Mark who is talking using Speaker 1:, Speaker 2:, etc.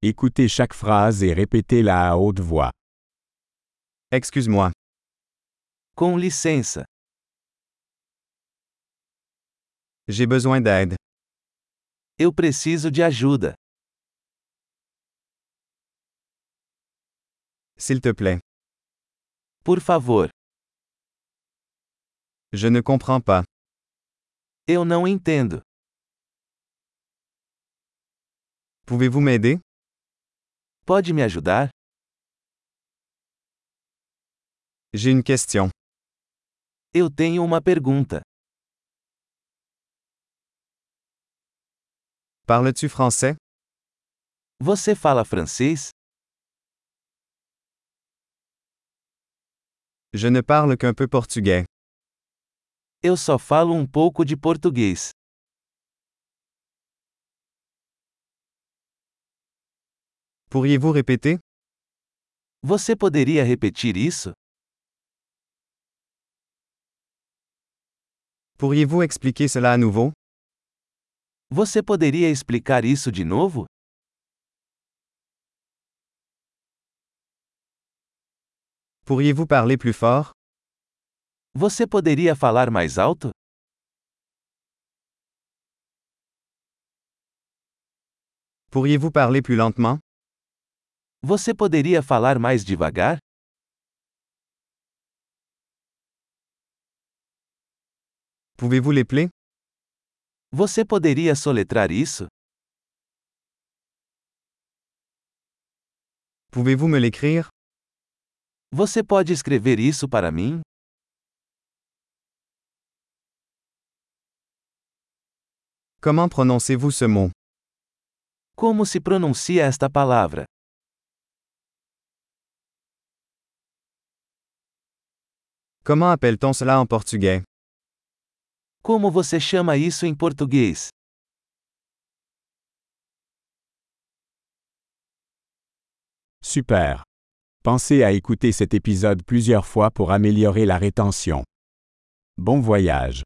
Speaker 1: Écoutez chaque phrase et répétez-la à haute voix.
Speaker 2: Excuse-moi.
Speaker 3: Com licença,
Speaker 2: J'ai besoin d'aide.
Speaker 3: eu preciso de ajuda.
Speaker 2: S'il te plaît.
Speaker 3: Por favor,
Speaker 2: Je ne comprends pas.
Speaker 3: eu não entendo.
Speaker 2: Pouvez-vous m'aider?
Speaker 3: Pode me ajudar?
Speaker 2: J'ai une question.
Speaker 3: Eu tenho uma pergunta.
Speaker 2: Parles-tu français?
Speaker 3: Você fala francês?
Speaker 2: Je ne parle qu'un peu portugais.
Speaker 3: Eu só falo um pouco de português.
Speaker 2: Pourriez-vous répéter?
Speaker 3: Você poderia repetir isso?
Speaker 2: Pourriez-vous expliquer cela à nouveau?
Speaker 3: Você poderia explicar isso de novo?
Speaker 2: Pourriez-vous parler plus fort?
Speaker 3: Você poderia falar mais alto?
Speaker 2: Pourriez-vous parler plus lentement?
Speaker 3: Você poderia falar mais devagar?
Speaker 2: Pouvez-vous l'épeler?
Speaker 3: Você poderia soletrar isso?
Speaker 2: Pouvez-vous me l'écrire?
Speaker 3: Você pode escrever isso para mim?
Speaker 2: Comment prononcez-vous ce mot?
Speaker 3: Como se pronuncia esta palavra?
Speaker 2: Comment appelle-t-on cela en portugais?
Speaker 3: Como você chama isso em português?
Speaker 1: Super. Pensez à écouter cet épisode plusieurs fois pour améliorer la rétention. Bon voyage.